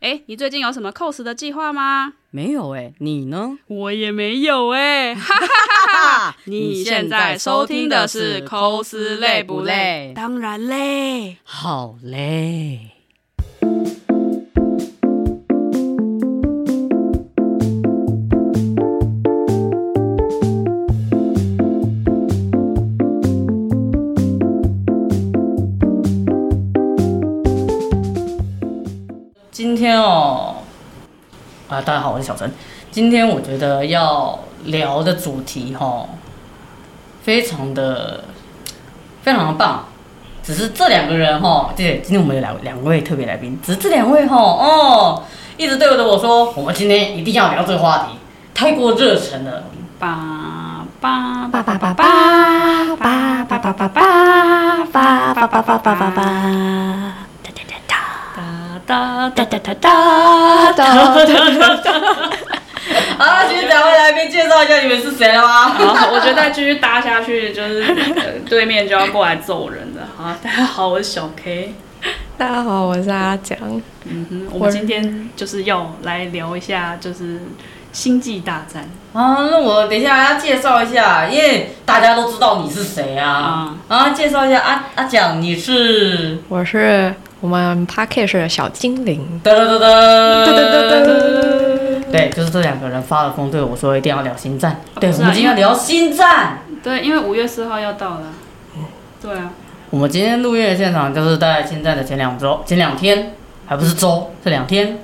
哎，你最近有什么 cos 的计划吗？没有哎、你呢？我也没有哎、 你现在收听的是《抠丝累不累》？当然累。好累。今天哦，啊，大家好，我是小陈。今天我觉得要聊的主题哦，非常的非常的棒。只是这两个人哈，对，今天我们有两两位特别来宾，只是这两位哈哦，一直对着我说，我们今天一定要聊这个话题，太过热忱了。叭叭叭叭叭叭叭叭叭叭叭叭叭叭叭叭叭叭。哒哒哒哒哒哒哒哒哒！好了，请两位来宾介绍一下你们是谁啊了吗？好，我觉得再继续搭下去，就是呃对面就要过来揍人了。好，大家好，我是小 K。大家好，我是阿江。嗯哼，我们今天就是要来聊一下，就是《星际大战啊，那我等一下要介绍一下，因为大家都知道你是谁啊。啊，介绍一下阿阿蒋，你是我是我们 p a r k a s 的小精灵。噔噔噔噔噔对，就是这两个人发了疯，对我说一定要聊星战。对，不我是啊们今天要聊星战。》。对，因为五月四号要到了。对啊，我们今天录音的现场就是在现在的前两周、前两天，还不是周，是两天。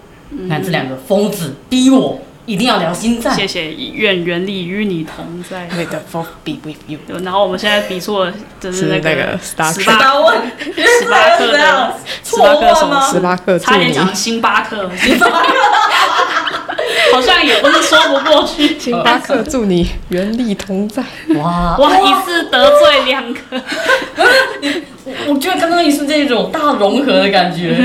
看这两个疯子逼我一定要聊星嗯 战。谢谢，愿原力与你同在。 May the f o r be with you。对然后我们现在比错的就是是那那个个 Star 十十八，八问，十八克的十错八克乱手吗？势，斯巴克助差点理，讲星巴克， 好像也不是说不过去。星巴克祝你原力同在。哇哇，一次得罪两个，我觉得刚刚一瞬间有一种大融合的感 觉。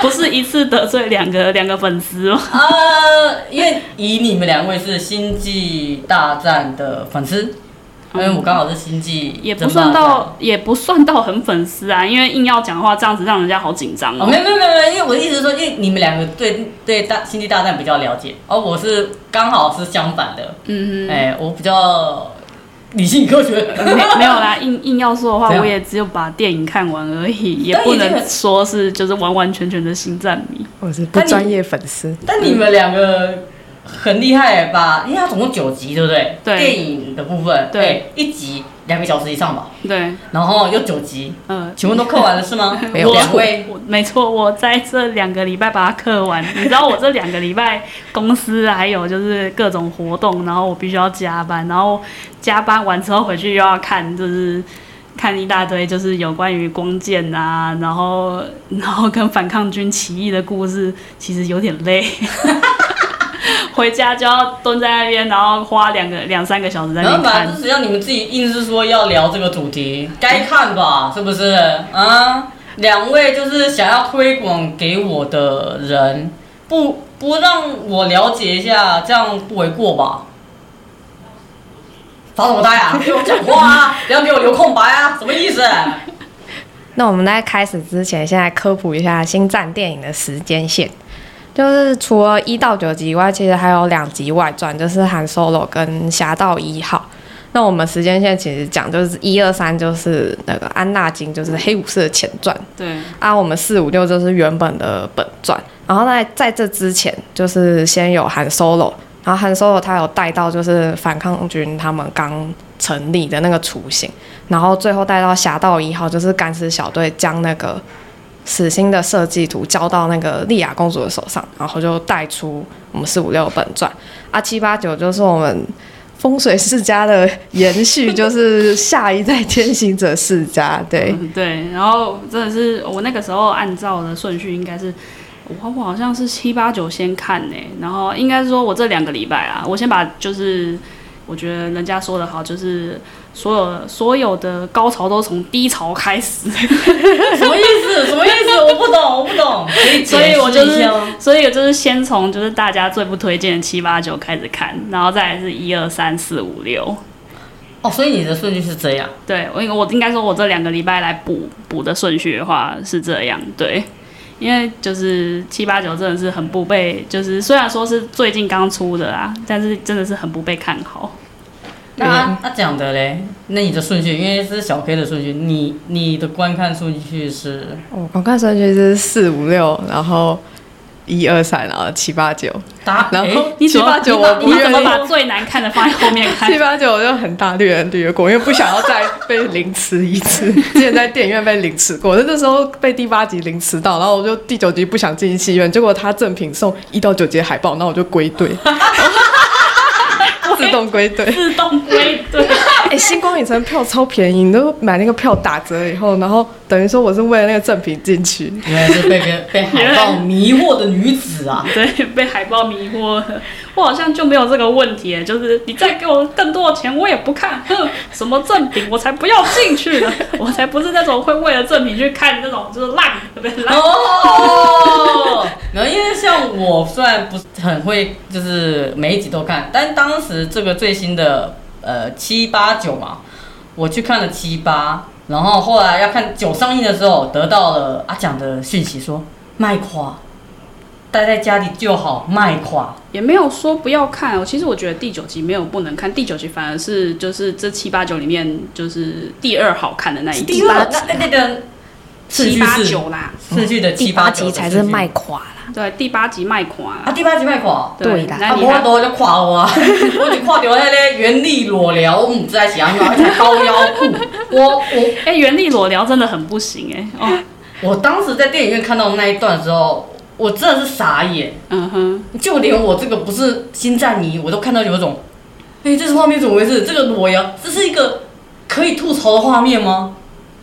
不是一次得罪两个两个粉丝哦。呃，因为以你们两位是《星际大战》的粉丝，因为我刚好是《星际也争霸战》不算到，也不算到很粉丝啊，因为硬要讲话这样子让人家好紧张哦，哦。没有没有没有，没有因为我的意思是说，因为你们两个对对大《星际大战》比较了解，而我是刚好是相反的。嗯哎，我比较理性科学。没没有啦，硬硬要说的话，怎样我也只有把电影看完而已，也但不已经能很说是就是完完全全的星战迷。我是不专业粉丝，但你们两个很厉害吧？因为它总共九集，对不对？对电影的部分，对哎，一集两个小时以上吧，对，然后又九集，嗯、请问都刻完了是吗？没有两位。我没错，我在这两个礼拜把它刻完。你知道我这两个礼拜公司啊还有就是各种活动，然后我必须要加班，然后加班完之后回去又要看，就是看一大堆就是有关于光剑啊，然后然后跟反抗军起义的故事，其实有点 累。回家就要蹲在那边，然后花两个两三个小时在然那后边本来看就。是要你们自己硬是说要聊这个主题，该看吧，是不是？啊，两位就是想要推广给我的人，不不让我了解一下，这样不为过吧？发什么呆 啊？给我讲话啊！不要给我留空白啊！什么意思？那我们在开始之前，先来科普一下《星战》电影的时间线。就是除了一到九集以外，其实还有两集外传，就是《韩 Solo》跟《侠盗一号》。那我们时间线其实讲就是一二三，就是那个安纳金，就是黑武士的前传对，啊。我们四五六就是原本的本传。然后在在这之前，就是先有《韩 Solo》，然后《韩 Solo》他有带到就是反抗军他们刚成立的那个雏形。然后最后带到侠盗一号，就是干尸小队将那个死星的设计图交到那个莉亚公主的手上，然后就带出我们四五六本传啊，七八九就是我们风水世家的延续，就是下一代天行者世家，对。嗯 对，然后真的是我那个时候按照的顺序应该是。我我好像是七八九先看呢、然后应该是说我这两个礼拜啊，我先把就是我觉得人家说的好，就是所有所有的高潮都从低潮开始，什么意思？什么意思？我不懂，我不懂。可以所以我解就释一是下吗所以我就是先从就是大家最不推荐的七八九开始看，然后再来是一二三四五六，哦，所以你的顺序是这样。对我应我应该说我这两个礼拜来补补的顺序的话是这样，对，因为就是七八九真的是很不被，就是虽然说是最近刚出的啦，但是真的是很不被看 好。啊那啊他他讲的嘞，那你的顺序，因为是小 K 的顺序，你你的观看顺序是哦我我看顺序是四五六，然后一二三，然后七八九，搭然配后你七怎么八九我你不你怎么愿意，把最难看的放在后面看七？八九我就很大略略过，因为不想要再被凌迟一 次。之前在电影院被凌迟过，那时候被第八集凌迟到，然后我就第九集不想进戏院，结果他正品送一到九集的海报，那我就归 队，自动归队。自动归队。哎、星光影城票超便宜，你都买那个票打折以后，然后等于说我是为了那个赠品进去。原来是被被被海报迷惑的女子啊！对，被海报迷惑 了。我好像就没有这个问题，就是你再给我更多的钱，我也不看。 哼，什么赠品，我才不要进去呢！我才不是那种会为了赠品去看那种就是烂的，对不对烂哦，然后因为像我虽然不是很会，就是每一集都看，但当时这个最新的呃七八九嘛，我去看了七八，然后后来要看九上映的时候，得到了阿蒋的讯息说卖垮，待在家里就好，卖垮。也没有说不要看哦。其实我觉得第九集没有不能看，第九集反而是就是这七八九里面就是第二好看的那一集。那哎那那个次七序八是九啦，次序的哦七第八九集的才次是序卖垮啦。对，第八集卖垮啊，啦。第八集卖垮。对啦那啊，你无法看度我就看我 啊，我是看到迄个原地裸聊，嗯我毋知道是安怎，迄条高腰裤，我我哎、原力裸聊真的很不行哎、哦，我当时在电影院看到那一段的时候，我真的是傻眼，嗯哼，就连我这个不是心战迷，我都看到有一种，哎、这是画面怎么回事？这个裸聊，这是一个可以吐槽的画面吗？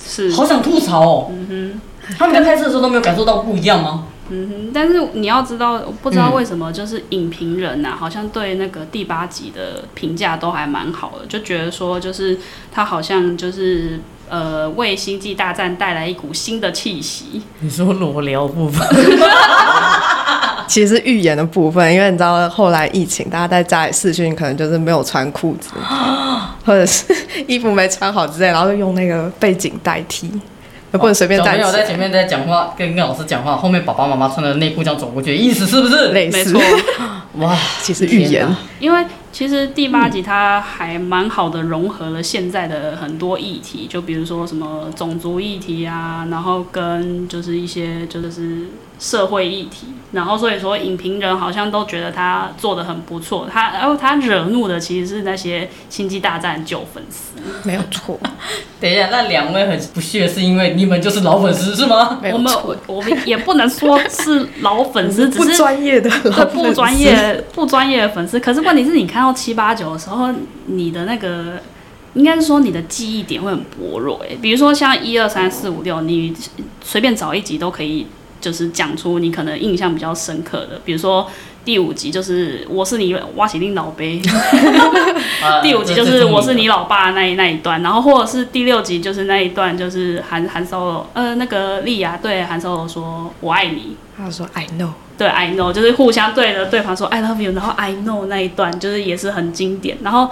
是。好想吐槽哦！嗯哼。他们在拍摄的时候都没有感受到不一样吗？嗯哼，但是你要知道，不知道为什么，就是影评人呐、啊好像对那个第八集的评价都还蛮好的，就觉得说，就是他好像就是呃，为《星际大战》带来一股新的气息。你说裸聊部分， 其实是预言的部分，因为你知道后来疫情，大家在家里试训，可能就是没有穿裤 子，或者是衣服没穿好之类，然后就用那个背景代替，不能哦随便小带朋起友在来。前面在讲话，跟跟老师讲话，后面爸爸妈妈穿着内裤这样走过去，意思是不哎是？类没似错，，哇，其实预天言哪因为其实第八集它还蛮好的融合了现在的很多议题，就比如说什么种族议题啊，然后跟就是一些就是社会议题，然后所以说影评人好像都觉得他做的很不错，他然后他惹怒的其实是那些星际大战旧粉丝，没有错，等一下，那两位很不屑，是因为你们就是老粉丝是吗？没我有们错，我们也不能说是老粉丝，只不是专业的对老粉丝不专，业、不专业的粉丝。可是问题是你看到七八九的时候，你的那个应该是说你的记忆点会很薄弱、欸。比如说像一二三四五六，你随便找一集都可以，就是讲出你可能印象比较深刻的。比如说第五集就是我是你挖起令老 杯，啊第五集就是我是你，老爸那一那一段，然后或者是第六集就是那一段就是韩韩 solo 呃那个莉亚对韩 solo 说我爱你，他说 I know，对，I know，就是互相对着对方说 I love you，然后 I know 那一段就是也是很经典。然后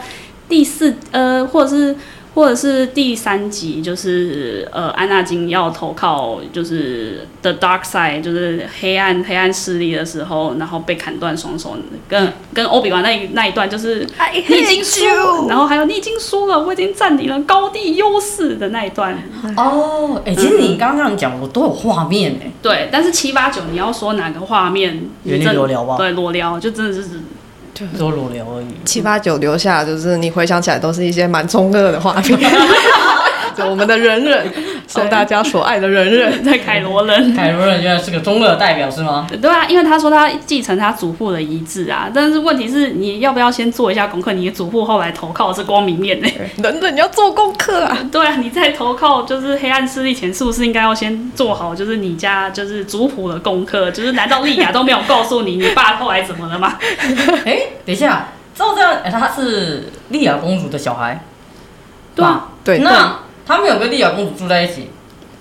第四呃，或者是或者是第三集，就是呃，安娜金要投靠就是 The Dark Side，就是黑暗黑暗势力的时候，然后被砍断双手，跟跟欧比王那一那一段 就是你已经输了，然后还有你已经输了，我已经占领了高地优势的那一段。这是你哦，嗯哎、其实你刚刚这样讲，我都有画面哎、对，但是七八九你要说哪个画面，你原地真裸聊吧对，裸聊就真的是。都裸聊而已。七八九留下就是你回想起来都是一些蛮中二的画 面，就我们的人人，受大家所爱的人 人。在凯罗人。凯罗人原来是个中二代表是吗？对啊，因为他说他继承他祖父的遗志啊，但是问题是你要不要先做一下功课？你祖父后来投靠的是光明面呢、等等，你要做功课啊！ 对啊，你在投靠就是黑暗势力前，是不是应该要先做好就是你家就是族谱的功课？就是难道莉亚都没有告诉你你爸后来怎么了吗？哎、等一下，照这样，哎她是莉亚公主的小孩，对啊，对，那他们有跟莉亚公主住在一起，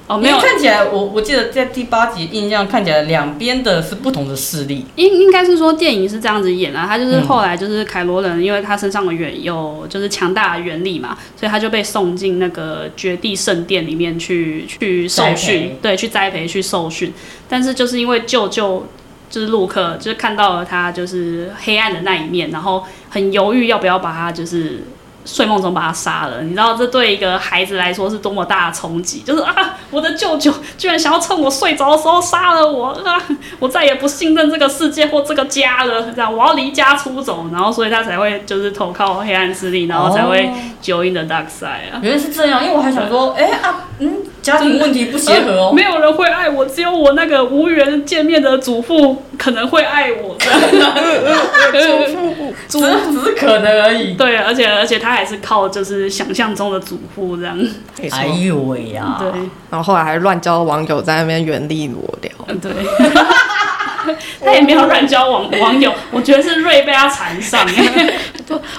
哦，因没为有，看起来我我记得在第八集印象看起来两边的是不同的势力，应应该是说电影是这样子演啊，他嗯就是后来就是凯罗人，因为他身上有原有就是强大的原力嘛，所以他就被送进那个绝地圣殿里面去去受栽培训，对，去栽培去受训。但是就是因为舅舅就是陆克，就是看到了他就是黑暗的那一面，然后很犹豫要不要把他就是。睡梦中把他杀了，你知道这对一个孩子来说是多么大的冲击，就是啊，我的舅舅居然想要趁我睡着的时候杀了我啊！我再也不信任这个世界或这个家了，这样我要离家出走，然后所以他才会就是投靠黑暗势力，然后才会哦 join the dark side 啊。原来是这样，因为我还想说，哎、啊，嗯，家庭问题不协和哦，没有人会爱我，只有我那个无缘见面的祖父可能会爱我。 哎祖父，只是只是可能而已。对，而且而且他还是靠就是想象中的祖父这样。没错哎。呦喂呀、对，然后后来还乱交网友在那边原地裸聊，嗯对。 他也没有乱交网网友，我觉得是瑞被他缠上。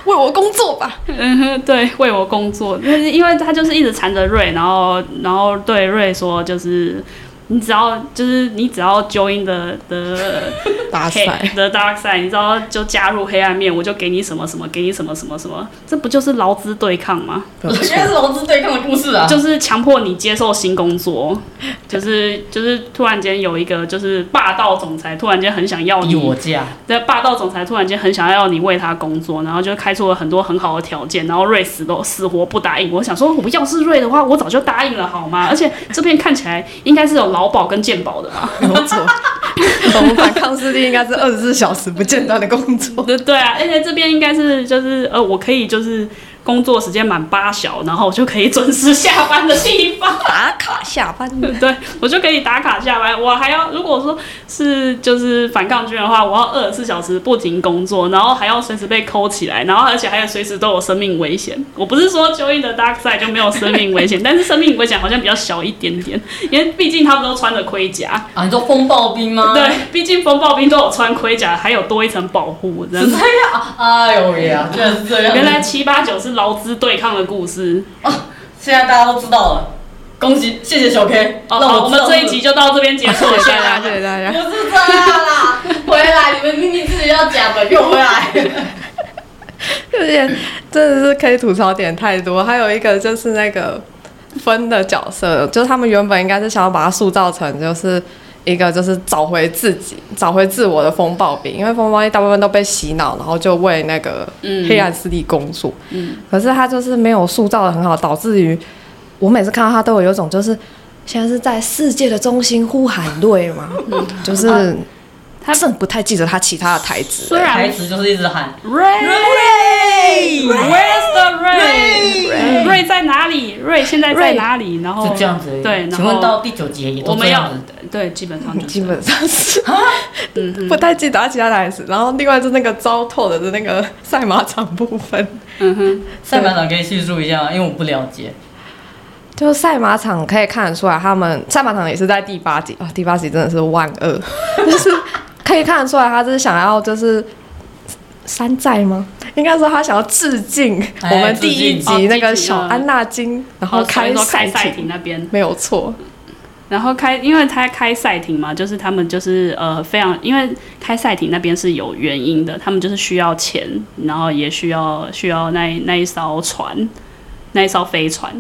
为我工作吧。嗯哼， 对，为我工作，就是因为他就是一直缠着瑞，然后然后对瑞说，就是你只要就是你只要 join 的的打黑伞，的 dark side，你知道就加入黑暗面，我就给你什么什么，给你什么什么什么，这不就是劳资对抗吗？没我有觉错得是劳资对抗的故事啊，就是强迫你接受新工作，就是就是突然间有一个就是霸道总裁突然间很想要逼你，哎我价，在霸道总裁突然间很想要你为他工作，然后就开出了很多很好的条件，然后瑞死都死活不答应。我想说，我要是瑞的话，我早就答应了，好吗？而且这边看起来应该是有劳保跟健保的嘛。没有错。 我们反抗势力应该是二十四小时不间断的工作。对对啊，而且这边应该是就是呃，我可以就是工作时间满八小，然后我就可以准时下班的地方。打卡下班， 对，我就可以打卡下班。我还要，如果说是就是反抗军的话，我要二十四小时不停工作，然后还要随时被扣起来，然后而且还有随时都有生命危险。我不是说 Join 的 Dark Side 就没有生命危险，但是生命危险好像比较小一点点，因为毕竟他们都穿着盔甲。啊，你说风暴兵吗？对，，毕竟风暴兵都有穿盔甲，还有多一层保护。这样是这样啊，哎呦喂呀、居然是这样，原来七八九是劳资对抗的故事。现在大家都知道了，恭喜，谢谢小 K，哦，让好，我知们道这一集就到这边结束了，谢谢大大家，家谢。谢大不家。是这样 啦，回来你们明明自己要讲的，又回来， 有点真的是可以吐槽点太多。还有一个就是那个分的角色，就是他们原本应该是想要把它塑造成就是一个就是找回自己、找回自我的风暴兵，因为风暴兵大部分都被洗脑，然后就为那个嗯黑暗势力工作。嗯可是他就是没有塑造的很好，导致于我每次看到他都有有一种就是。现在是在世界的中心呼喊对吗？嗯就是他真的不太记得他其他的台词、啊虽然台词就是一直 喊 Ray，Where's the Ray？ Ray？瑞在哪里？Ray 现在在 Ray 哪里？然后就这样子而已，哦对，然后请问到第九节也我都这们要样子，对，基本上就是基本上是嗯 不太记得他其他台词。然后另外就是那个糟透的那个赛马场部分，嗯哼，赛马长可以叙述一下，因为我不了解，就是赛马场可以看得出来，他们赛马场也是在第八集啊、第八集真的是万 恶，就是可以看得出来，他就是想要就是。山寨吗？应该说他想要致敬哎我们第一致敬哦集那个致敬小嗯安娜金，然后哦所以开说开赛赛艇，艇那边，没有错，然后开，因为他开赛艇嘛，就是他们就是呃非常，因为开赛艇那边是有原因的，他们就是需要钱，然后也需要需要那那一艘船，那一艘飞船。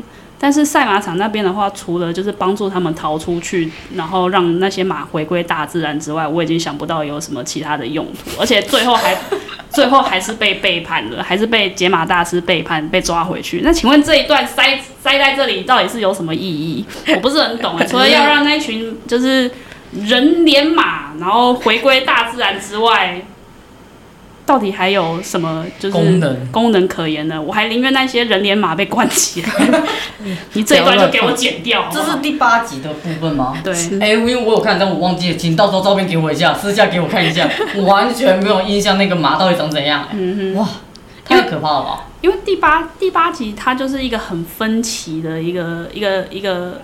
但是赛马场那边的话，除了就是帮助他们逃出去，然后让那些马回归大自然之外，我已经想不到有什么其他的用途。而且最后还， 最后还是被背叛了，还是被解码大师背叛，被抓回去。那请问这一段塞塞在这里到底是有什么意义？我不是很懂。欸除了要让那群就是人连马，然后回归大自然之外，到底还有什么就是功能功能可言呢？我还宁愿那些人连马被关起 来。你这一段就给我剪掉好不这好是第八集的部分吗？对，哎、因为我有看，但我忘记了，请到时候照片给我一下，私下给我看 一下，我完全没有印象那个马到底长怎样、嗯哇，太可怕了吧！哼，因为第八第八集它就是一个很分歧的一个一个一个。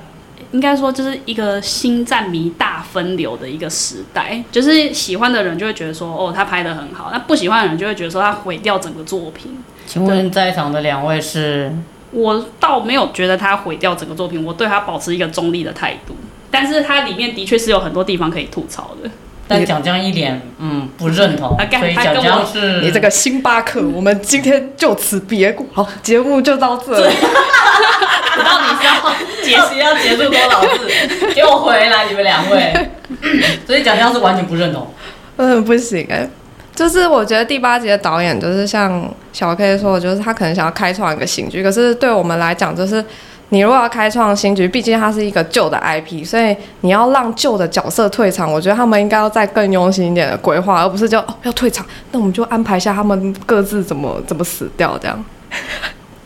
应该说，就是一个星战迷大分流的一个时代，就是喜欢的人就会觉得说，哦，他拍的很好；那不喜欢的人就会觉得说，他毁掉整个作品。请问在场的两位是我倒没有觉得它毁掉整个作品，我对它保持一个中立的态度。但是它里面的确是有很多地方可以吐槽的。但蒋江一脸嗯不认同啊他，干所以他蒋跟江我是你这个星巴克，我们今天就此别过。好，节目就到这里。我到底是要解释要结束多少 次？给我回来，你们两位。所以蒋江是完全不认同，嗯， 不行哎、就是我觉得第八集的导演就是像小 K 说的，就是他可能想要开创一个新剧，可是对我们来讲，就是你如果要开创新剧，毕竟它是一个旧的 IP，所以你要让旧的角色退场，我觉得他们应该要再更用心一点的规划，而不是就哦要退场，那我们就安排一下他们各自怎么怎么死掉这样。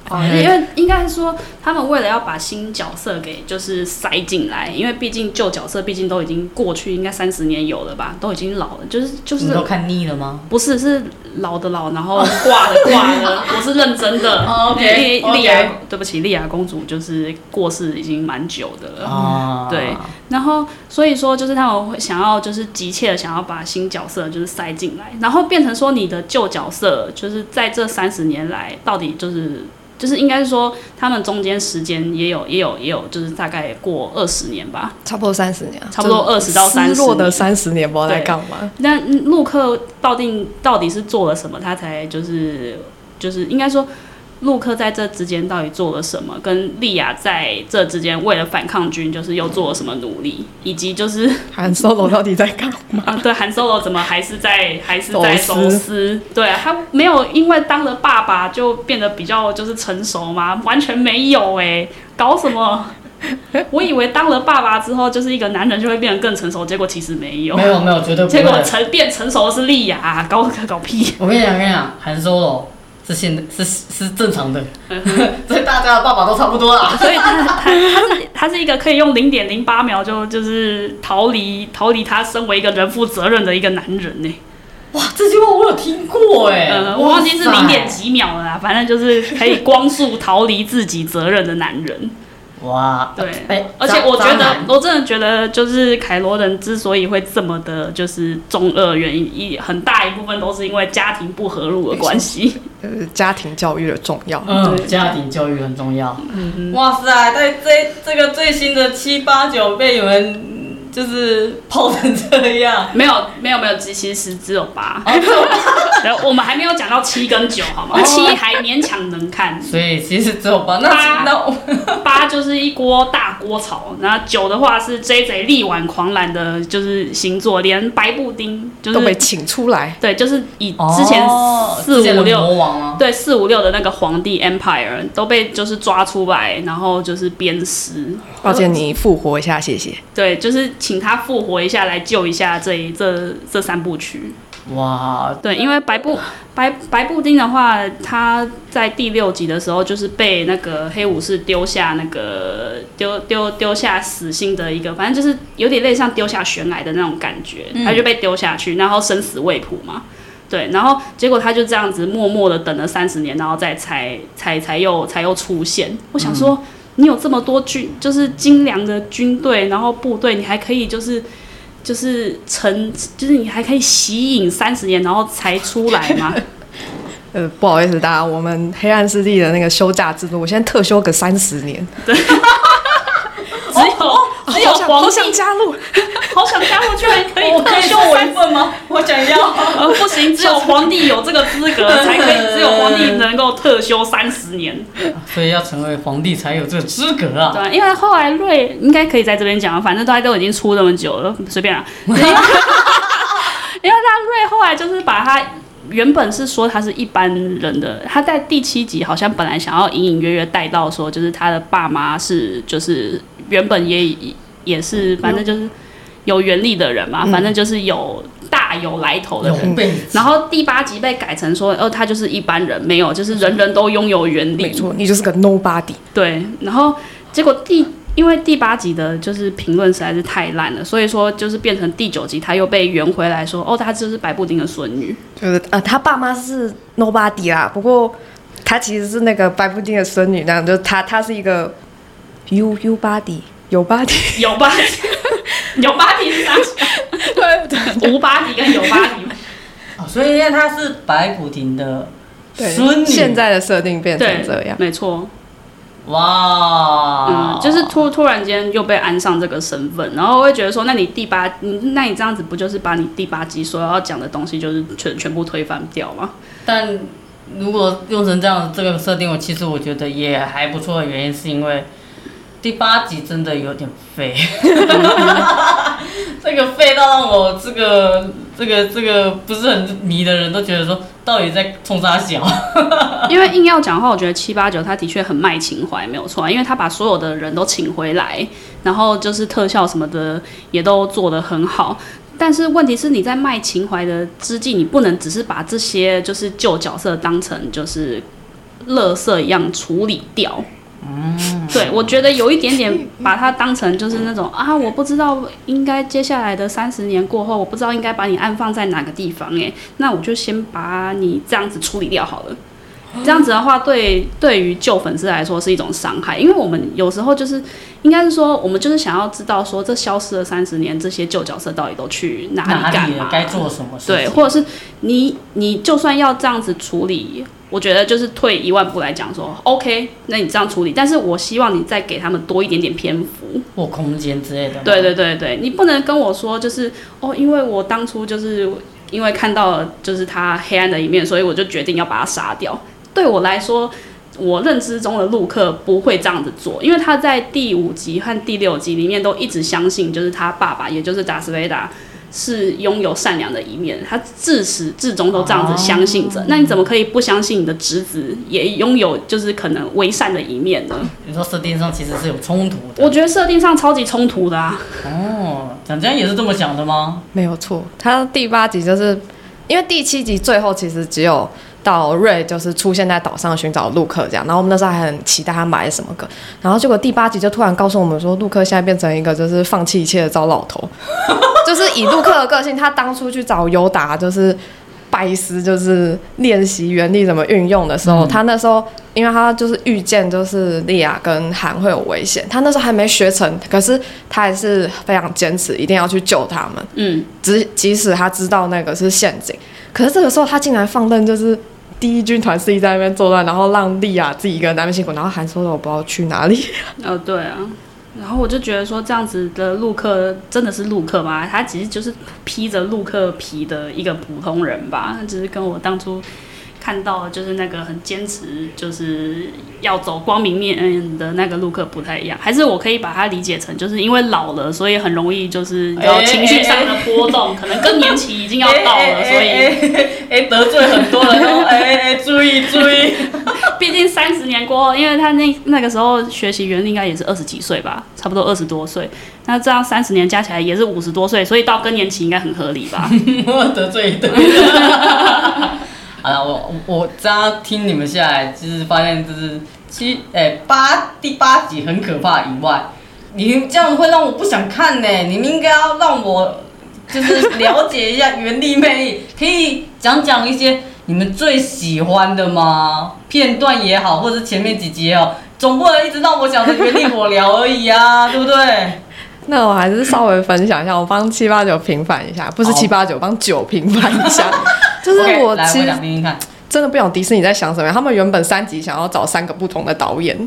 哦，因为应该是说，他们为了要把新角色给就是塞进来，因为毕竟旧角色毕竟都已经过去，应该三十年有了吧，都已经老了，就是就是你都看腻了吗？不是是老的老，然后挂的挂 的，我是认真的。哦，OK，因为莉 OK 亚，对不起，莉亚公主就是过世已经蛮久的了。啊对然后所以说就是他们会想要就是急切的想要把新角色就是塞进来，然后变成说你的旧角色就是在这三十年来到底就是。就是应该是说，他们中间时间也有也有也有，就是大概过二十年吧。差不多三十年啊，差不多就是20到30失落的三十年，不知道在对干嘛。那陆克到底到底是做了什么，他才就是就是应该说，陆克在这之间到底做了什么，跟莉亚在这之间为了反抗军就是又做了什么努力，以及就是韩 Solo 到底在干嘛？ 啊，对，韩 Solo 怎么还是在还是在走走私私？对啊他没有因为当了爸爸就变得比较就是成熟吗？完全没有哎、搞什么？ 我以为当了爸爸之后就是一个男人就会变得更成熟，结果其实没有。没有没有，绝对不结果会。成变成熟的是莉亚、搞搞屁！我跟你讲，跟你讲，韩 Solo 是现是是正常 的，所以大家的爸爸都差不多啦。所以他他他是他是一个可以用零点零八秒就就是逃离逃离他身为一个人负责任的一个男人欸呢、哇，这句话我有听过哎、呃，我忘记是哇塞零点。几秒了啦，反正就是可以光速逃离自己责任的男人。哇，对哎，而且渣我觉渣得男，我真的觉得，就是凯罗人之所以会这么的，就是中二，原因一很大一部分都是因为家庭不和睦的关系。就是家庭教育的重要。嗯，对嗯家庭教育很重要。哇塞，在这这个最新的七八九被你们就是泡成 这样，没有，没有，没有，其实只有 八。哦这种然后我们还没有讲到七跟九，好吗？哦七还勉强能 看，所以其实只有八。那八那我八就是一锅大锅炒，然后九的话是 J J 力挽狂澜的，就是星座，连白布丁就都被是请出来，对，就是以之前哦四之前的五六魔王吗？对四五六的那个皇帝 Empire 都被就是抓出来，然后就是鞭尸，抱歉，你复活一下，谢谢。对，就是请他复活一下来救一下这一这这三部曲。哇，对，因为白布白白布丁的话，他在第六集的时候就是被那个黑武士丢下那个丢丢丢下死心的一个，反正就是有点类似像丢下悬崖的那种感觉，他就被丢下去，然后生死未卜嘛。对，然后结果他就这样子默默的等了三十年，然后再才才才又才又出现。我想说，你有这么多军，就是精良的军队，然后部队，你还可以就是就是成，就是你还可以吸引三十年，然后才出来 吗？呃，不好意思，大家，我们黑暗势力的那个休假制度，我现在特休个三十年，只哦有只有好想皇好帝想，加入，好想加入，居然可以我可特以休说我三一份吗？ 我想要。呃，不行，只有皇帝有这个资格，才可以，只有皇帝能够特休三十年，所以要成为皇帝才有这个资格对啊！吧、因为后来瑞应该可以在这边讲啊，反正大家都已经出那么久了，随 便啦。因为因为他瑞后来就是把他。原本是说他是一般人的，他在第七集好像本来想要隐隐约约带到说，就是他的爸妈是就是原本也也嗯是反正就是有原力的人嘛，反正就是有大有来头的人。有辈子，然后第八集被改成说，哦，他就是一般人，没有，就是人人都拥有原没理。错，你就是个 nobody。对，然后结果第因为第八集的就是评论实在是太烂了，所以说就是变成第九集他又被圆回来说，哦，他就是白布丁的孙女。就是呃，他爸妈是 nobody 啦，不过他其实是那个白布丁的孙女，那样就他他是一个 you you body 有 body，有八集， 有八集是啥？对对无八集跟有八集。哦所以现在他是白骨亭的对，孙女，现在的设定变成对这样，没错。哇，嗯，就是突突然间又被安上这个身份，然后会觉得说，那你第八，嗯那你这样子不就是把你第八集所要讲的东西，就是全全部推翻掉吗？但如果用成这样这个设定，我其实我觉得也还不错的原因是因为第八集真的有点废，嗯 这个废到让我这个这个这个不是很迷的人都觉得说到底在冲啥小， 因为硬要讲的话，我觉得七八九他的确很卖情怀，没有错啊，因为他把所有的人都请回来，然后就是特效什么的也都做得很好。但是问题是，你在卖情怀的之际，你不能只是把这些就是旧角色当成就是垃圾一样处理掉。嗯，对，我觉得有一点点把它当成就是那种啊，我不知道应该接下来的三十年过后，我不知道应该把你安放在哪个地方、欸，那我就先把你这样子处理掉好了。哦这样子的话，对对于旧粉丝来说是一种伤害，因为我们有时候就是，应该是说，我们就是想要知道说，这消失了三十年，这些旧角色到底都去哪里哪干里了嘛？该做什么事情，对，或者是你你就算要这样子处理，我觉得就是退一万步来讲说，OK，那你这样处理，但是我希望你再给他们多一点点篇幅。或空间之类的，对，对对对，你不能跟我说就是哦，因为我当初就是因为看到了就是他黑暗的一面，所以我就决定要把他杀掉。对我来说，我认知中的陆克不会这样子做，因为他在第五集和第六集里面都一直相信，就是他爸爸，也就是达斯维达。是拥有善良的一面，他自始至终都这样子相信着。那你怎么可以不相信你的侄子也拥有就是可能为善的一面呢？你说设定上其实是有冲突的，我觉得设定上超级冲突的啊。哦，蒋江也是这么想的吗？没有错，他第八集就是因为第七集最后其实只有到瑞就是出现在岛上寻找陆克这样，然后我们那时候还很期待他买什么歌，然后结果第八集就突然告诉我们说，陆克现在变成一个就是放弃一切的糟老头， 就是以陆克的个性，他当初去找尤达就是。拜师就是练习原力怎么运用的时候，他那时候因为他就是预见就是莉亚跟韩会有危险，他那时候还没学成，可是他还是非常坚持一定要去救他们。嗯，即即使他知道那个是陷阱，可是这个时候他竟然放任就是第一军团自己在那边作乱，然后让莉亚自己一个人在那边辛苦，然后还说了我不知道去哪里。 呃，对啊。然后我就觉得说，这样子的陆克真的是陆克吗？他其实就是披着陆克皮的一个普通人吧，只是跟我当初看到的就是那个很坚持，就是要走光明面的那个陆克不太一样。还是我可以把它理解成，就是因为老了，所以很容易就是有哎情绪上的波动，可能更年期已经要到了，所以 哎哎哎哎得罪很多人哦，哎哎哎，注意注意。毕竟三十年过后，因为他那那个时候学习原力应该也是二十几岁吧，差不多二十多岁。那这样三十年加起来也是五十多岁，所以到更年期应该很合理吧？ 我得罪一堆。好了，我我我这样听你们下来，就是发现就是七哎、八第八集很可怕以外，你这样会让我不想看呢、你们应该要让我就是了解一下原力魅力，可以讲讲一些你们最喜欢的吗？片段也好，或者前面几集也好，总不能一直让我想着原力火燎而已啊，对不对？那我还是稍微分享一下，我帮七八九平反一下，不是好七八九，帮九平反一下。 就是哦 OK，我来，其我实讲听听看。真的不懂迪士尼在想什么，他们原本三集想要找三个不同的导演，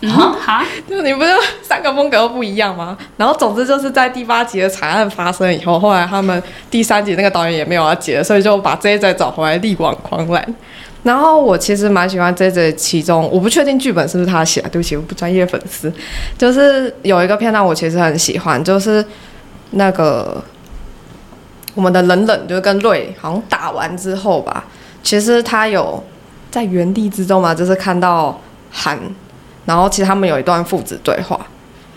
嗯，哈，就 你不就三个风格都不一样吗？然后总之就是在第八集的惨案发生以后，后来他们第三集那个导演也没有要接，所以就把这一集找回来力挽狂澜。然后我其实蛮喜欢这一集，其中我不确定剧本是不是他写的，对不起，我不专业粉丝。就是有一个片段我其实很喜欢，就是那个我们的冷冷就是跟瑞好像打完之后吧，其实他有在原地之中嘛，就是看到韩然后其实他们有一段父子对话，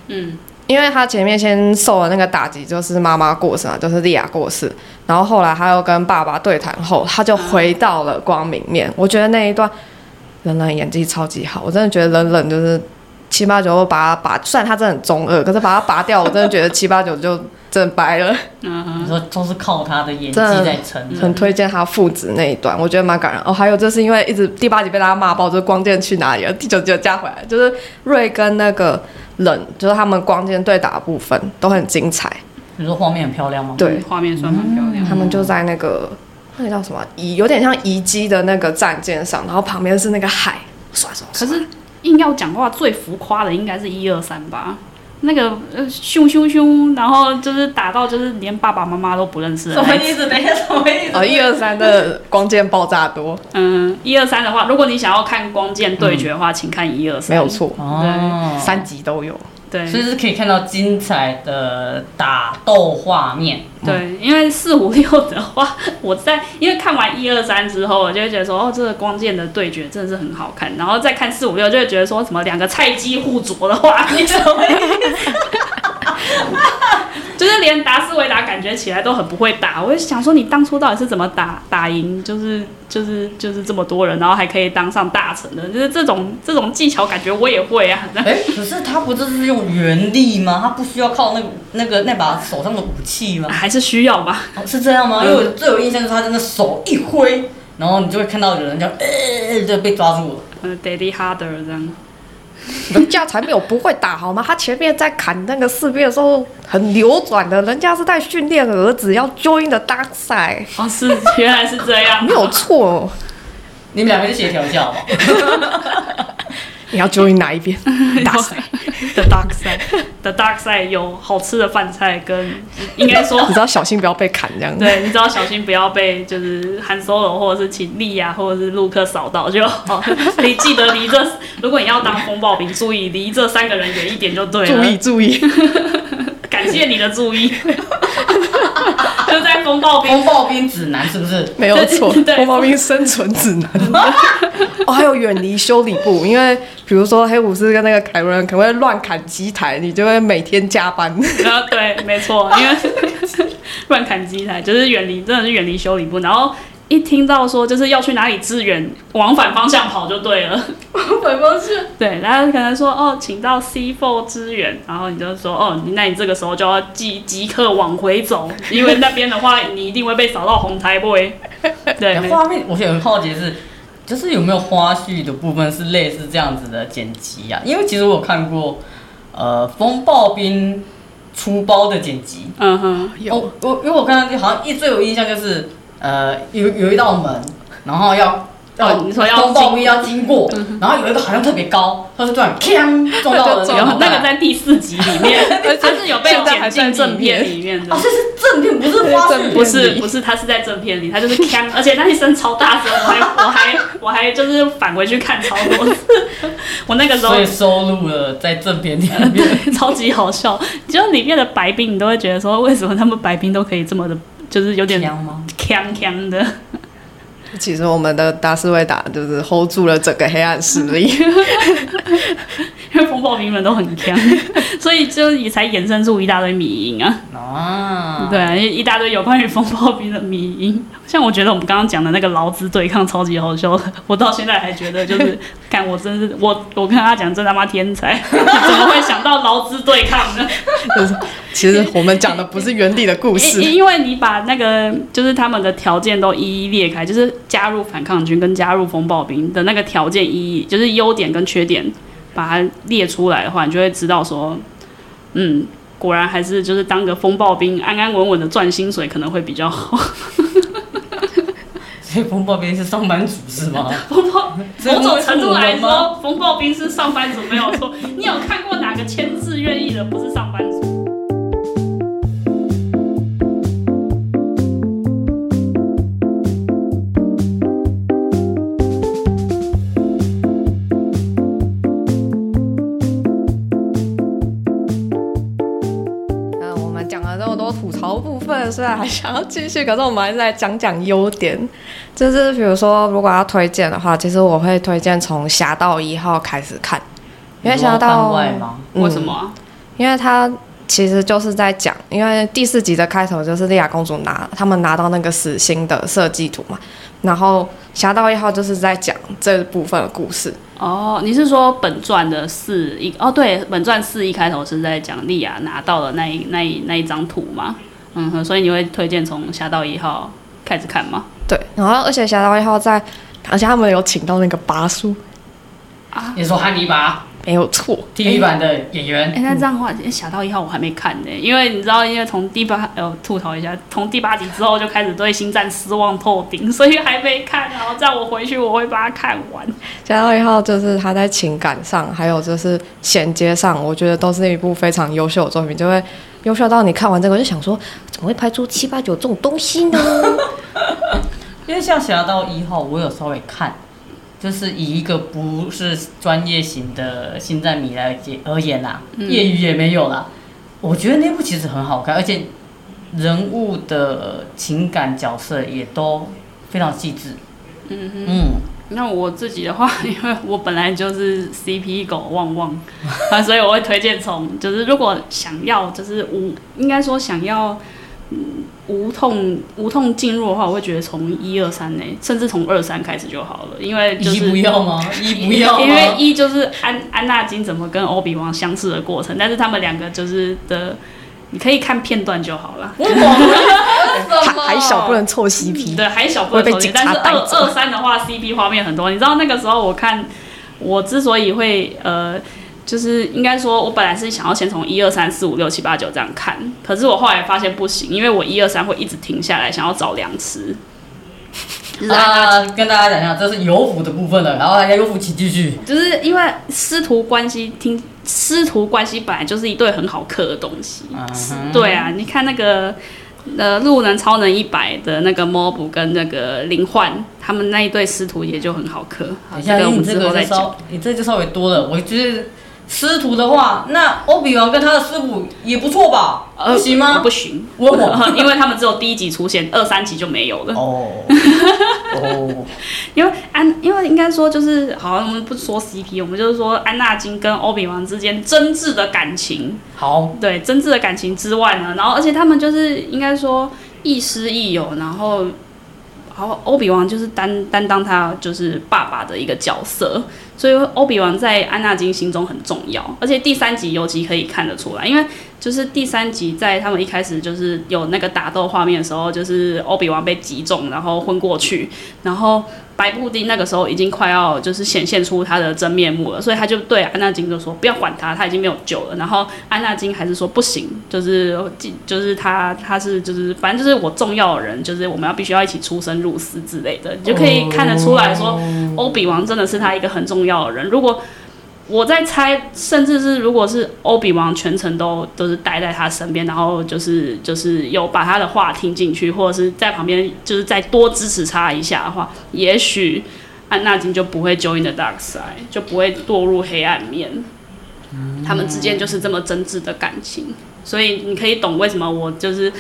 嗯，因为他前面先受了那个打击，就是妈妈过世嘛，就是莉亚过世，然后后来他又跟爸爸对谈后，他就回到了光明面。我觉得那一段冷冷演技超级好，我真的觉得冷冷就是七八九把他拔，虽然他真的很中二，可是把他拔掉，我真的觉得七八九就真的掰了。嗯哼，你说都是靠他的演技真的在撑着。很推荐他父子那一段，我觉得蛮感人。哦，还有就是因为一直第八集被大家骂爆，就是光剑去哪里了，第九集又加回来，就是瑞跟那个冷，就是他们光剑对打的部分都很精彩。你说画面很漂亮吗？对，画面算蛮漂亮。他们就在那个那个叫啊什么遗，有点像遗迹的那个战舰上，然后旁边是那个海，刷刷刷。可是硬要讲话最浮夸的应该是一二三吧。那个呃，凶凶凶，然后就是打到就是连爸爸妈妈都不认识的什那么一意思？等一下，什么意思？呃，一二三的光剑爆炸多，嗯，一二三的话，如果你想要看光剑对决的话，请看一二三。没有错，哦，三集都有。对所以是可以看到精彩的打斗画面。哦对，因为四五六的话，我在因为看完一二三之后，我就会觉得说，哦，这个光剑的对决真的是很好看。然后再看四五六，就会觉得说什么两个菜鸡互啄的话，你怎么意思？ 就是连达斯维达感觉起来都很不会打。我就想说，你当初到底是怎么打打赢？就是就是就是这么多人，然后还可以当上大臣的，就是这种这种技巧，感觉我也会啊。 哎，可是他不就是用原力吗？他不需要靠那个那个那把手上的武器吗？还是需要吧。哦是这样吗？嗯因为我最有印象就是他真的手一挥，然后你就会看到有人就呃就被抓住了。呃，Daddy Harder 这样。 人家才没有不会打好吗？他前面在砍那个士兵的时候很流转的，人家是在训练儿子要 join the dark side，哦，是，原来是这样。 没有错。你们两个就协调一下好 不好？你要 join 哪 一边？dark side。 The Dark Side，The Dark Side 有好吃的饭菜跟，应该 说你知道小心不要被砍这样子。对，你只要小心不要被就是韩 Solo 或者是秦力啊，或者是陆克扫到就好。你记得离这，如果你要当风暴兵，注意离这三个人远一点就对了。注意，注意， 感谢你的注意。 就在风暴兵风暴兵指南是不是？没有错，对对红毛兵生存指 南。 哦，还有远离修理部，因为比如说黑武士跟那个凯文可能会乱砍机台，你就会每天加班。然后呃对，没错，因为 乱砍机台就是远离，真的是远离修理部。然后一听到说就是要去哪里支援，往反方向跑就对了。反方向。对，然后可能说哦，请到 C four 支援，然后你就说哦，那你这个时候就要即即刻往回走，因为那边的话你一定会被扫到红台 boy。对，哎没哎画面我也很好奇的是，就是有没有花絮的部分是类似这样子的剪辑啊？因为其实我有看过，呃，风暴兵出包的剪辑。嗯哼，哦，我因为我看到好像一最有印象就是，呃，有有一道门，然后要。哦你说要嗯风暴兵要经过，然后有一个好像特别高，他是突然砰撞到了对有那个那个在第四集里 面，它是有被现在剪还在进正里面片里面的啊，。这是正片，不 是花对絮正片。不是不是，他是在正片里，他就是锵，而且那一声超大声，我还 我还我还就是返回去看超多次， 我那个时候所以收录了在正片里 面。超级好笑，就是里面的白冰，你都会觉得说，为什么他们白冰都可以这么的，就是有点娘吗？锵锵的， 其实我们的达斯维达就是 hold 住了整个黑暗势力。因为风暴兵们都很锵， 所以就也才衍生出一大堆迷因啊，啊，对啊，一一大堆有关于风暴兵的迷因。像我觉得我们刚刚讲的那个劳资对抗超级好笑 的，我到现在还觉得就是，看我真是我我跟他讲真他妈天才， 你怎么会想到劳资对抗呢？就是 其实我们讲的不是原地的 故因事，因因为你把那个就是他们的条件都一一列开，就是加入反抗军跟加入风暴兵的那个条件一一，就是优点跟缺点，把它列出来的话，你就会知道说，嗯，果然还是就是当个风暴兵，安安稳稳的赚薪水可能会比较好。所以风暴兵是上班族是吗？风暴这 某种程度来这是我们吗说，风暴兵是上班族没有错。你有看过哪个签字愿意的不是上班族？那我们讲了这么多吐槽部分，虽然还想要继续，可是我们还是来讲讲优点。就是比如说，如果要推荐的话，其实我会推荐从《侠盗一号》开始看，因为《侠你说盗番外》吗？为什么、啊？因为它其实就是在讲，因为第四集的开头就是莉亚公主拿他们拿到那个死星的设计图嘛，然后《侠盗一号》就是在讲这部分的故事。哦，你是说本传的四一哦？对，本传四一开头是在讲莉亚拿到了那一那一那一张图嘛？嗯哼，所以你会推荐从《侠盗一号》开始看吗？对，然后而且《侠盗一号》在，而且他们有请到那个拔叔，你说汉尼拔？没有错。 TV 版的演员哎、那这样的话，诶侠盗一号我还没看呢、因为你知道，因为从第八，呃，吐槽一下，从第八集之后就开始对星战失望透顶，所以还没看。然后这样我回去我会把它看完。加到一号就是他在情感上，还有就是衔接上，我觉得都是一部非常优秀的作品，就会优秀到你看完这个就想说，怎么会拍出七八九这种东西呢？因为像《侠盗一号》，我有稍微看，就是以一个不是专业型的星战迷来解而言啦、业余也没有啦。我觉得那部其实很好看，而且人物的情感角色也都非常细致。嗯嗯，那我自己的话， 因为我本来就是 CP 狗旺旺，啊，所以我会推荐从就是如果想要就是无应该说想要嗯无痛无痛进入的话，我会觉得从一二三内，甚至从二三开始就好了，因为就一是不要吗？一不要吗？因为一就是安安纳金怎么跟欧比王相似的过程，但是他们两个就是的，你可以看片段就好 了。我懂了， 还还小不能凑 CP，嗯对，还小不能会被投钱警但察是二带走啊二三的话，CP 画面很多。你知道那个时候我看，我之所以会呃，就是应该说，我本来是想要先从一二三四五六七八九这样看，可是我后来发现不行，因为我一二三会一直停下来，想要找粮 吃。就是安纳啊，跟大家讲一下，这是游服的部分了，然后大家游服请继续。就是因为师徒关系，听师徒关系本来就是一对很好磕的东西。嗯哼是对啊，你看那个呃，路人超能一百的那个 mob 跟那个灵幻，他们那一对师徒也就很好磕。好等一下，个我你们这之个后就再讲。稍，你这就稍微多了。我觉得师徒的话，那欧比王跟他的师傅也不错吧？呃不行吗？不行，我我 因为他们只有第一集出现，二三集就没有了。 哦哦，因为安，因为应该说就是，好，我们不说 CP，我们就是说安纳金跟欧比王之间真挚的感情，好，对真挚的感情之外呢，然后而且他们就是应该说亦师亦友，然后，然后欧比王就是担担当他就是爸爸的一个角色，所以欧比王在安纳金心中很重要，而且第三集尤其可以看得出来，因为就是第三集在他们一开始就是有那个打斗画面的时候，就是欧比王被击中，然后昏过去，然后白布丁那个时候已经快要就是显现出他的真面目了，所以他就对安纳金就说不要管他，他已经没有救了。然后安纳金还是说不行，就是就是他他是就是反正就是我重要的人，就是我们要必须要一起出生入死之类的，你就可以看得出来说欧比王真的是他一个很重要的人。如果我在猜，甚至是如果是欧比王全程都都是待在他身边，然后就是就是有把他的话听进去，或者是在旁边就是再多支持他一下的话，也许安纳金就不会 join the dark side，就不会堕入黑暗面。他们之间就是这么真挚的感情，所以你可以懂为什么我就是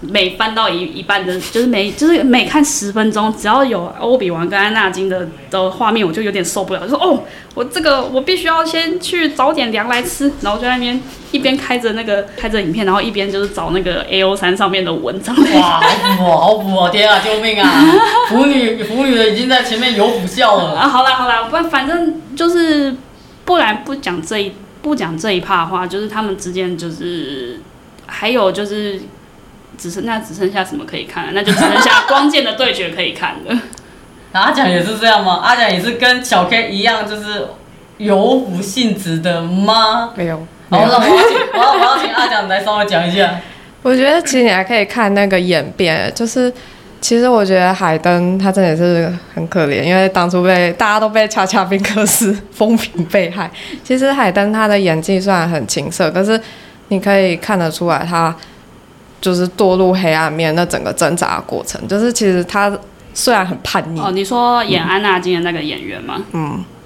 每翻到一一半的，就是每就是每看十分钟，只要有欧比王跟安纳金的的画面，我就有点受不了，就说哦，我这个我必须要先去找点粮来吃，然后就在那边一边开着那个开着影片，然后一边就是找那个 A O 三上面的文章。哇，好补哦，好补哦，天啊，救命啊！ 腐女腐女的已经在前面有补笑 了。啊，好啦好啦，不然反正就是，不然不讲这一不讲这一趴的话，就是他们之间就是还有就是。只剩那只剩下什么可以看了？那就只剩下光剑的对决可以看了。那阿蒋也是这样吗？阿蒋也是跟小 K 一样，就是游服性质的吗？没有。没好，有那我要请，我要我要请阿蒋来稍微讲一下。我觉得其实你还可以看那个演变，就是其实我觉得海登他真的是很可怜，因为当初被大家都被恰恰宾克斯 风评被害。其实海登他的演技虽然很青涩，可是你可以看得出来他就是堕入黑暗面那整个挣扎的过程，就是其实他虽然很叛逆，哦，你说演安娜金的那个演员吗？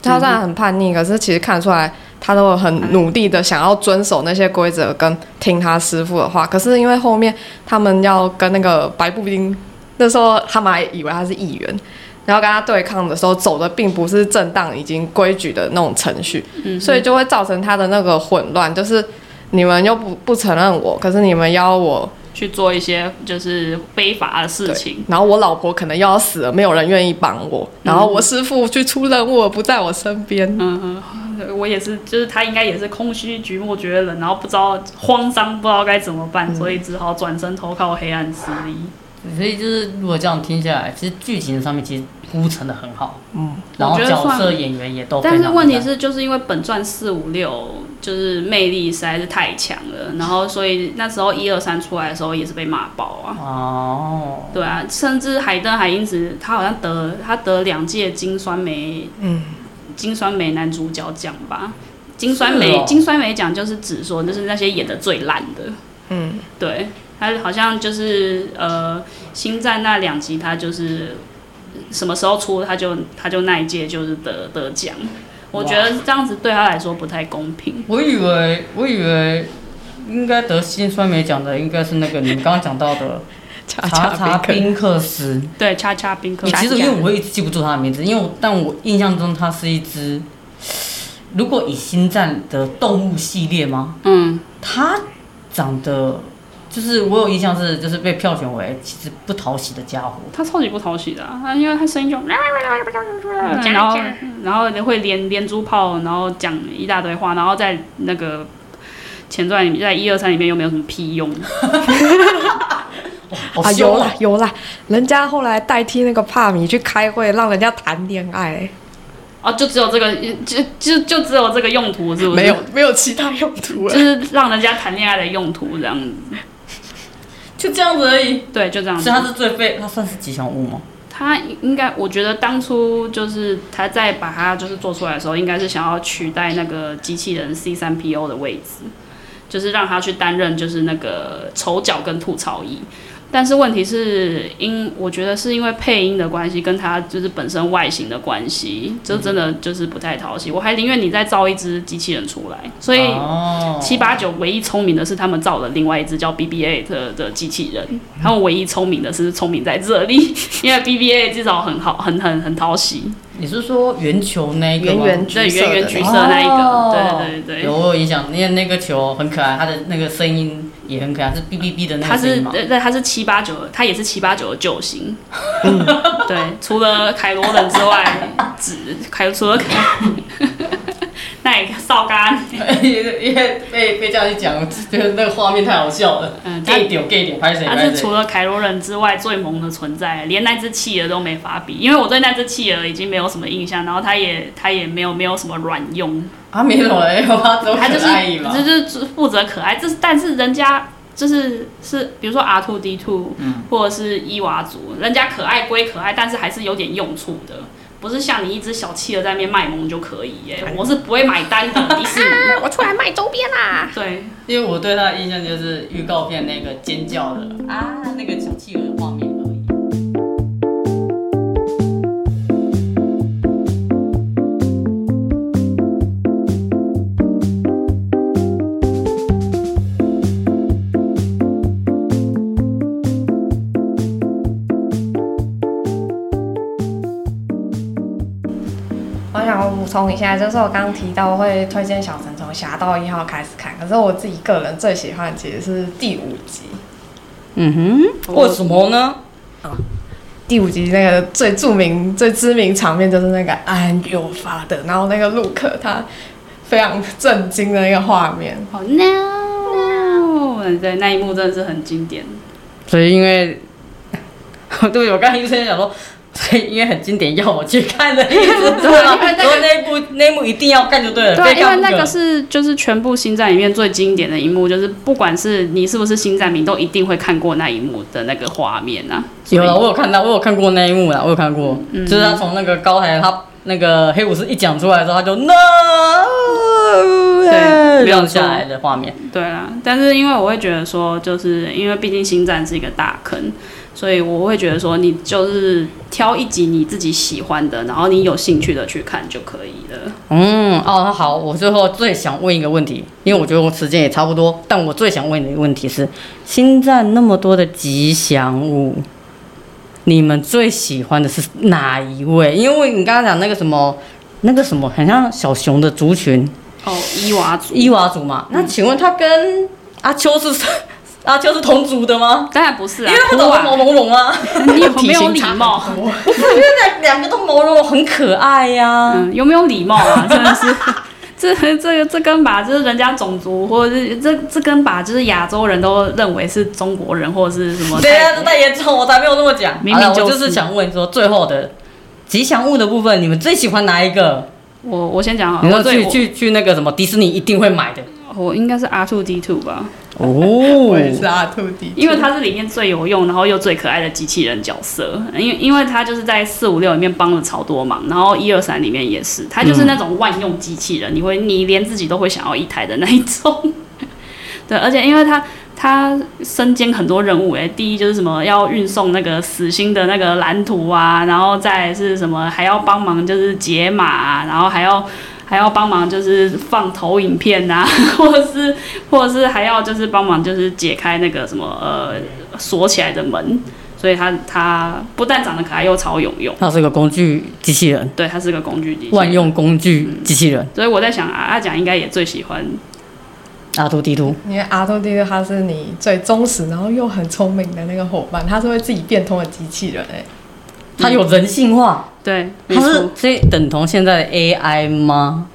他虽然很叛逆，可是其实看得出来，他都很努力的想要遵守那些规则跟听他师傅的话。可是因为后面他们要跟那个白布丁，那时候他们还以为他是议员，然后跟他对抗的时候走的并不是正当已经规矩的那种程序，所以就会造成他的那个混乱，就是你们又不不承认我，可是你们要我去做一些就是非法的事对情。然后我老婆可能又要死了，没有人愿意帮我，然后我师傅去出任务不在我身边， 嗯嗯，我也是，就是他应该也是空虚、寂寞、觉得冷，然后不知道慌张，不知道该怎么办，所以只好转身投靠黑暗势力。所以就是如果这样听下来，其实剧情上面其实铺陈的很好，嗯，然后我觉得角算色演员也都非但常是问题厉害，是，就是因为本传四五六就是魅力实在是太强了，然后所以那时候一二三出来的时候也是被骂爆啊。哦，对啊，甚至海登还因此他好像得他得两届金酸梅，嗯，金酸梅男主角奖吧。金酸梅、是哦金酸梅奖就是指说就是那些演的最烂的，嗯，对他好像就是呃星战那两集他就是什么时候出他就他就那一届就是得得奖，我觉得这样子对他来说不太公平。我以为我以为应该得新酸梅奖的应该是那个你刚刚讲 到的恰查查恰宾宾克斯，对，恰恰宾客欸其实恰因为我一直记不住他的名字，因为我但我印象中它是一只，如果以星战的动物系列吗？嗯，它长得就是我有印象是就是被票选为其实不讨喜的家伙，他超级不讨喜的、啊，他因为他声音就，然后嗯然后会连连珠炮，然后讲一大堆话，然后在那个前传里面，在一二三里面又没有什么屁用，好啊，凶有啦有啦，人家后来代替那个帕米去开会，让人家谈恋爱，哦，就只有这个，就就就只有这个用途，是不是？没有，没有其他用途啊就了。是让人家谈恋爱的用途这样子。就这样子而已。对，就这样所子以。它是最被它算是吉祥物吗？他应该，我觉得当初就是他在把它就是做出来的时候，应该是想要取代那个机器人 C 三 PO 的位置，就是让他去担任就是那个丑角跟吐槽役。但是问题是因，我觉得是因为配音的关系，跟他就是本身外形的关系，这真的就是不太讨喜。我还宁愿你再造一只机器人出来。所以哦，七八九唯一聪明的是他们造了另外一只叫 BB8 的的机器人，他们唯一聪明的是聪明在这里， 因为 BB8 至少很好，很很很讨喜，你是说圆球那一个圆吗？圆对橘色圆圆的橘那色个，那一个，哦对对对。有我有印象，因为那个球很可爱，它的那个声音也很可爱，是哔哔哔的那他个声是音嘛。对，对他是七八九，他也是七八九的救星。对，除了凯罗人之外，只凯除了凯， 那一个少干， 也也被被这样一讲，觉得那个画面太好笑了。嗯，他 gay 丢 gay 丢，拍谁他拍是谁除？了凯罗人之外最萌的存在，连那只企鹅都没法比。因为我对那只企鹅已经没有什么印象，然后它也它也没有没有什么卵用，啊，没什么人，他只有它就是可爱嘛。就是就是负责可爱。这是但是人家就是是比如说 R two D two，或者嗯是伊娃族，人家可爱归可爱，但是还是有点用处的。不是像你一只小企鹅在那边卖萌就可以耶、哎我是不会买单的迪士 尼。我出来卖周边啦！对，因为我对他的印象就是预告片那个尖叫的啊，那个小企鹅的画面而已。我想要补充一下，就是我刚刚提到会推荐小陈从《侠盗一号》开始看，可是我自己个人最喜欢的其实是第五集。嗯哼，为什么呢？第五集那个最著名、最知名场面就是那个安又发的，然后那个陆克他非常震惊的那个画面。好、no, no，对，那一幕真的是很经典。所以因为， 对不起，我刚才一直想说。所以因为很经典，要我去看的 意思，对啊 吧？因为那个所以那一部那一部一定要看就对了，对啊，非因为看不那可个是就是全部星战里面最经典的一幕，就是不管是你是不是星战迷，都一定会看过那一幕的那个画面啊。有了，我有看到，我有看过那一幕啦，我有看过，嗯就是他从那个高台，他那个黑武士一讲出来的时候，他就 no，对没有亮错下来的画面，对啦，但是因为我会觉得说，就是因为毕竟星战是一个大坑，所以我会觉得说，你就是挑一集你自己喜欢的，然后你有兴趣的去看就可以了。嗯，哦，那好，我最后最想问一个问题，因为我觉得我时间也差不多，但我最想问你的问题是，星战那么多的吉祥物，你们最喜欢的是哪一位？因为你刚刚讲那个什么，那个什么，很像小熊的族群，哦，伊娃族，伊娃族嘛。那请问他跟阿秋是阿秋是同族的吗？当然不是因啊为，哭他长得啊毛，茸茸 啊，你有没体有 型礼差很貌？多不是因为两个都毛茸茸，很可爱呀、嗯 嗯，有没有礼貌啊？真的是，这这个这跟把就是人家种族，或者是这这跟把就是亚洲人都认为是中国人或者是什么对泰啊，国这太严重，我才没有那么讲。明明好了我就就是是想问说，最后的吉祥物的部分，你们最喜欢哪一个？我我先讲好你了，说我最去我去去那个什么迪士尼一定会买的我应该是 R two D two 吧， 哦我也是啊阿兔弟，因为它是里面最有用，然后又最可爱的机器人角色。因为因为它就是在四五六里面帮了超多忙，然后一二三里面也是，它就是那种万用机器人，你会你连自己都会想要一台的那一种。 对，而且因为它它身兼很多任务诶、第一就是什么要运送那个死星的那个蓝图啊，然后再来是什么还要帮忙就是解码、啊，然后还要还要帮忙就是放投影片啊， 或者是或者是还要就是帮忙就是解开那个什么呃锁起来的门，所以它它不但长得可爱又超有用，它是个工具机器人，对，它是个工具机器人万。用工具机器人，所以我在想啊，阿蒋应该也最喜欢阿图迪图。因为阿兔弟弟他是你最忠实，然后又很聪明的那个伙伴，他是会自己变通的机器人哎、它有人性化，对，没它是错，这等同现在的 AI 吗？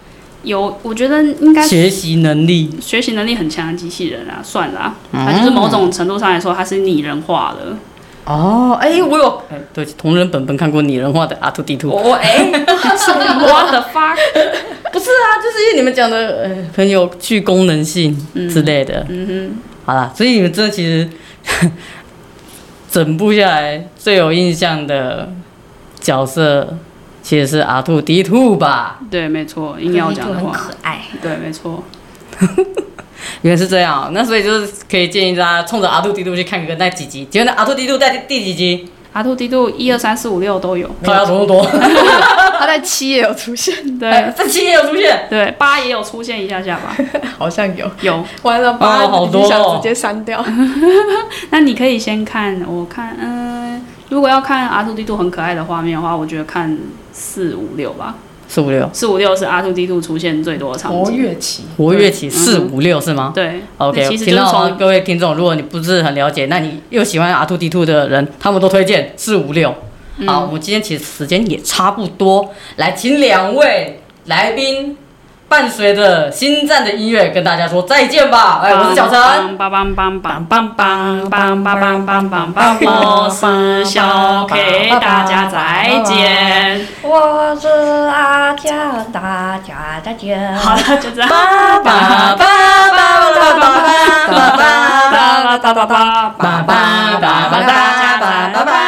有我觉得应该学习能力，学习能力很强的机器人啊，算啦，嗯它就是某种程度上来说，它是拟人化 了。哦，哎、我有，哎、对，同人本本看过拟人化的阿图迪图，我哎，我的发，不是啊，就是因为你们讲的呃很有具功能性之类的，嗯哼，好啦，所以你们这其实整部下来最有印象的角色，其实是阿兔迪兔吧？对，没错，硬要讲的很话，可爱，对，没错，原来是这样哦，那所以就是可以建议大家冲着阿兔迪兔去看个那几集，结果那阿兔迪兔在第几集？阿兔、迪兔一二三四五六都有，靠要怎么多？他在七也有出 现，对哎 这期也有出现。对，八也有出现一下下吧，好像有。有。完了，八、哦好多哦你想直接删掉，那你可以先看，我看，嗯、如果要看阿兔、迪兔很可爱的画面的话，我觉得看四五六吧，四五六，四五六是阿兔、迪兔出现最多的场哦活景。跃期。活跃起嗯四五六是吗？对 OK，其实听就是到吗从各位听众，如果你不是很了解，那你又喜欢 R Two D Two 的人，他们都推荐四五六。好，我们今天其实时间也差不多，来，请两位来宾伴随着星战的音乐跟大家说再见吧。哎，我是小陈，，棒棒棒棒棒棒棒棒棒棒棒，我是小 K，大家再见。我是阿强，大家再见。好了，就这样。叭叭叭叭叭叭叭叭叭叭叭叭叭叭叭叭叭叭叭叭叭叭叭叭叭叭叭叭叭。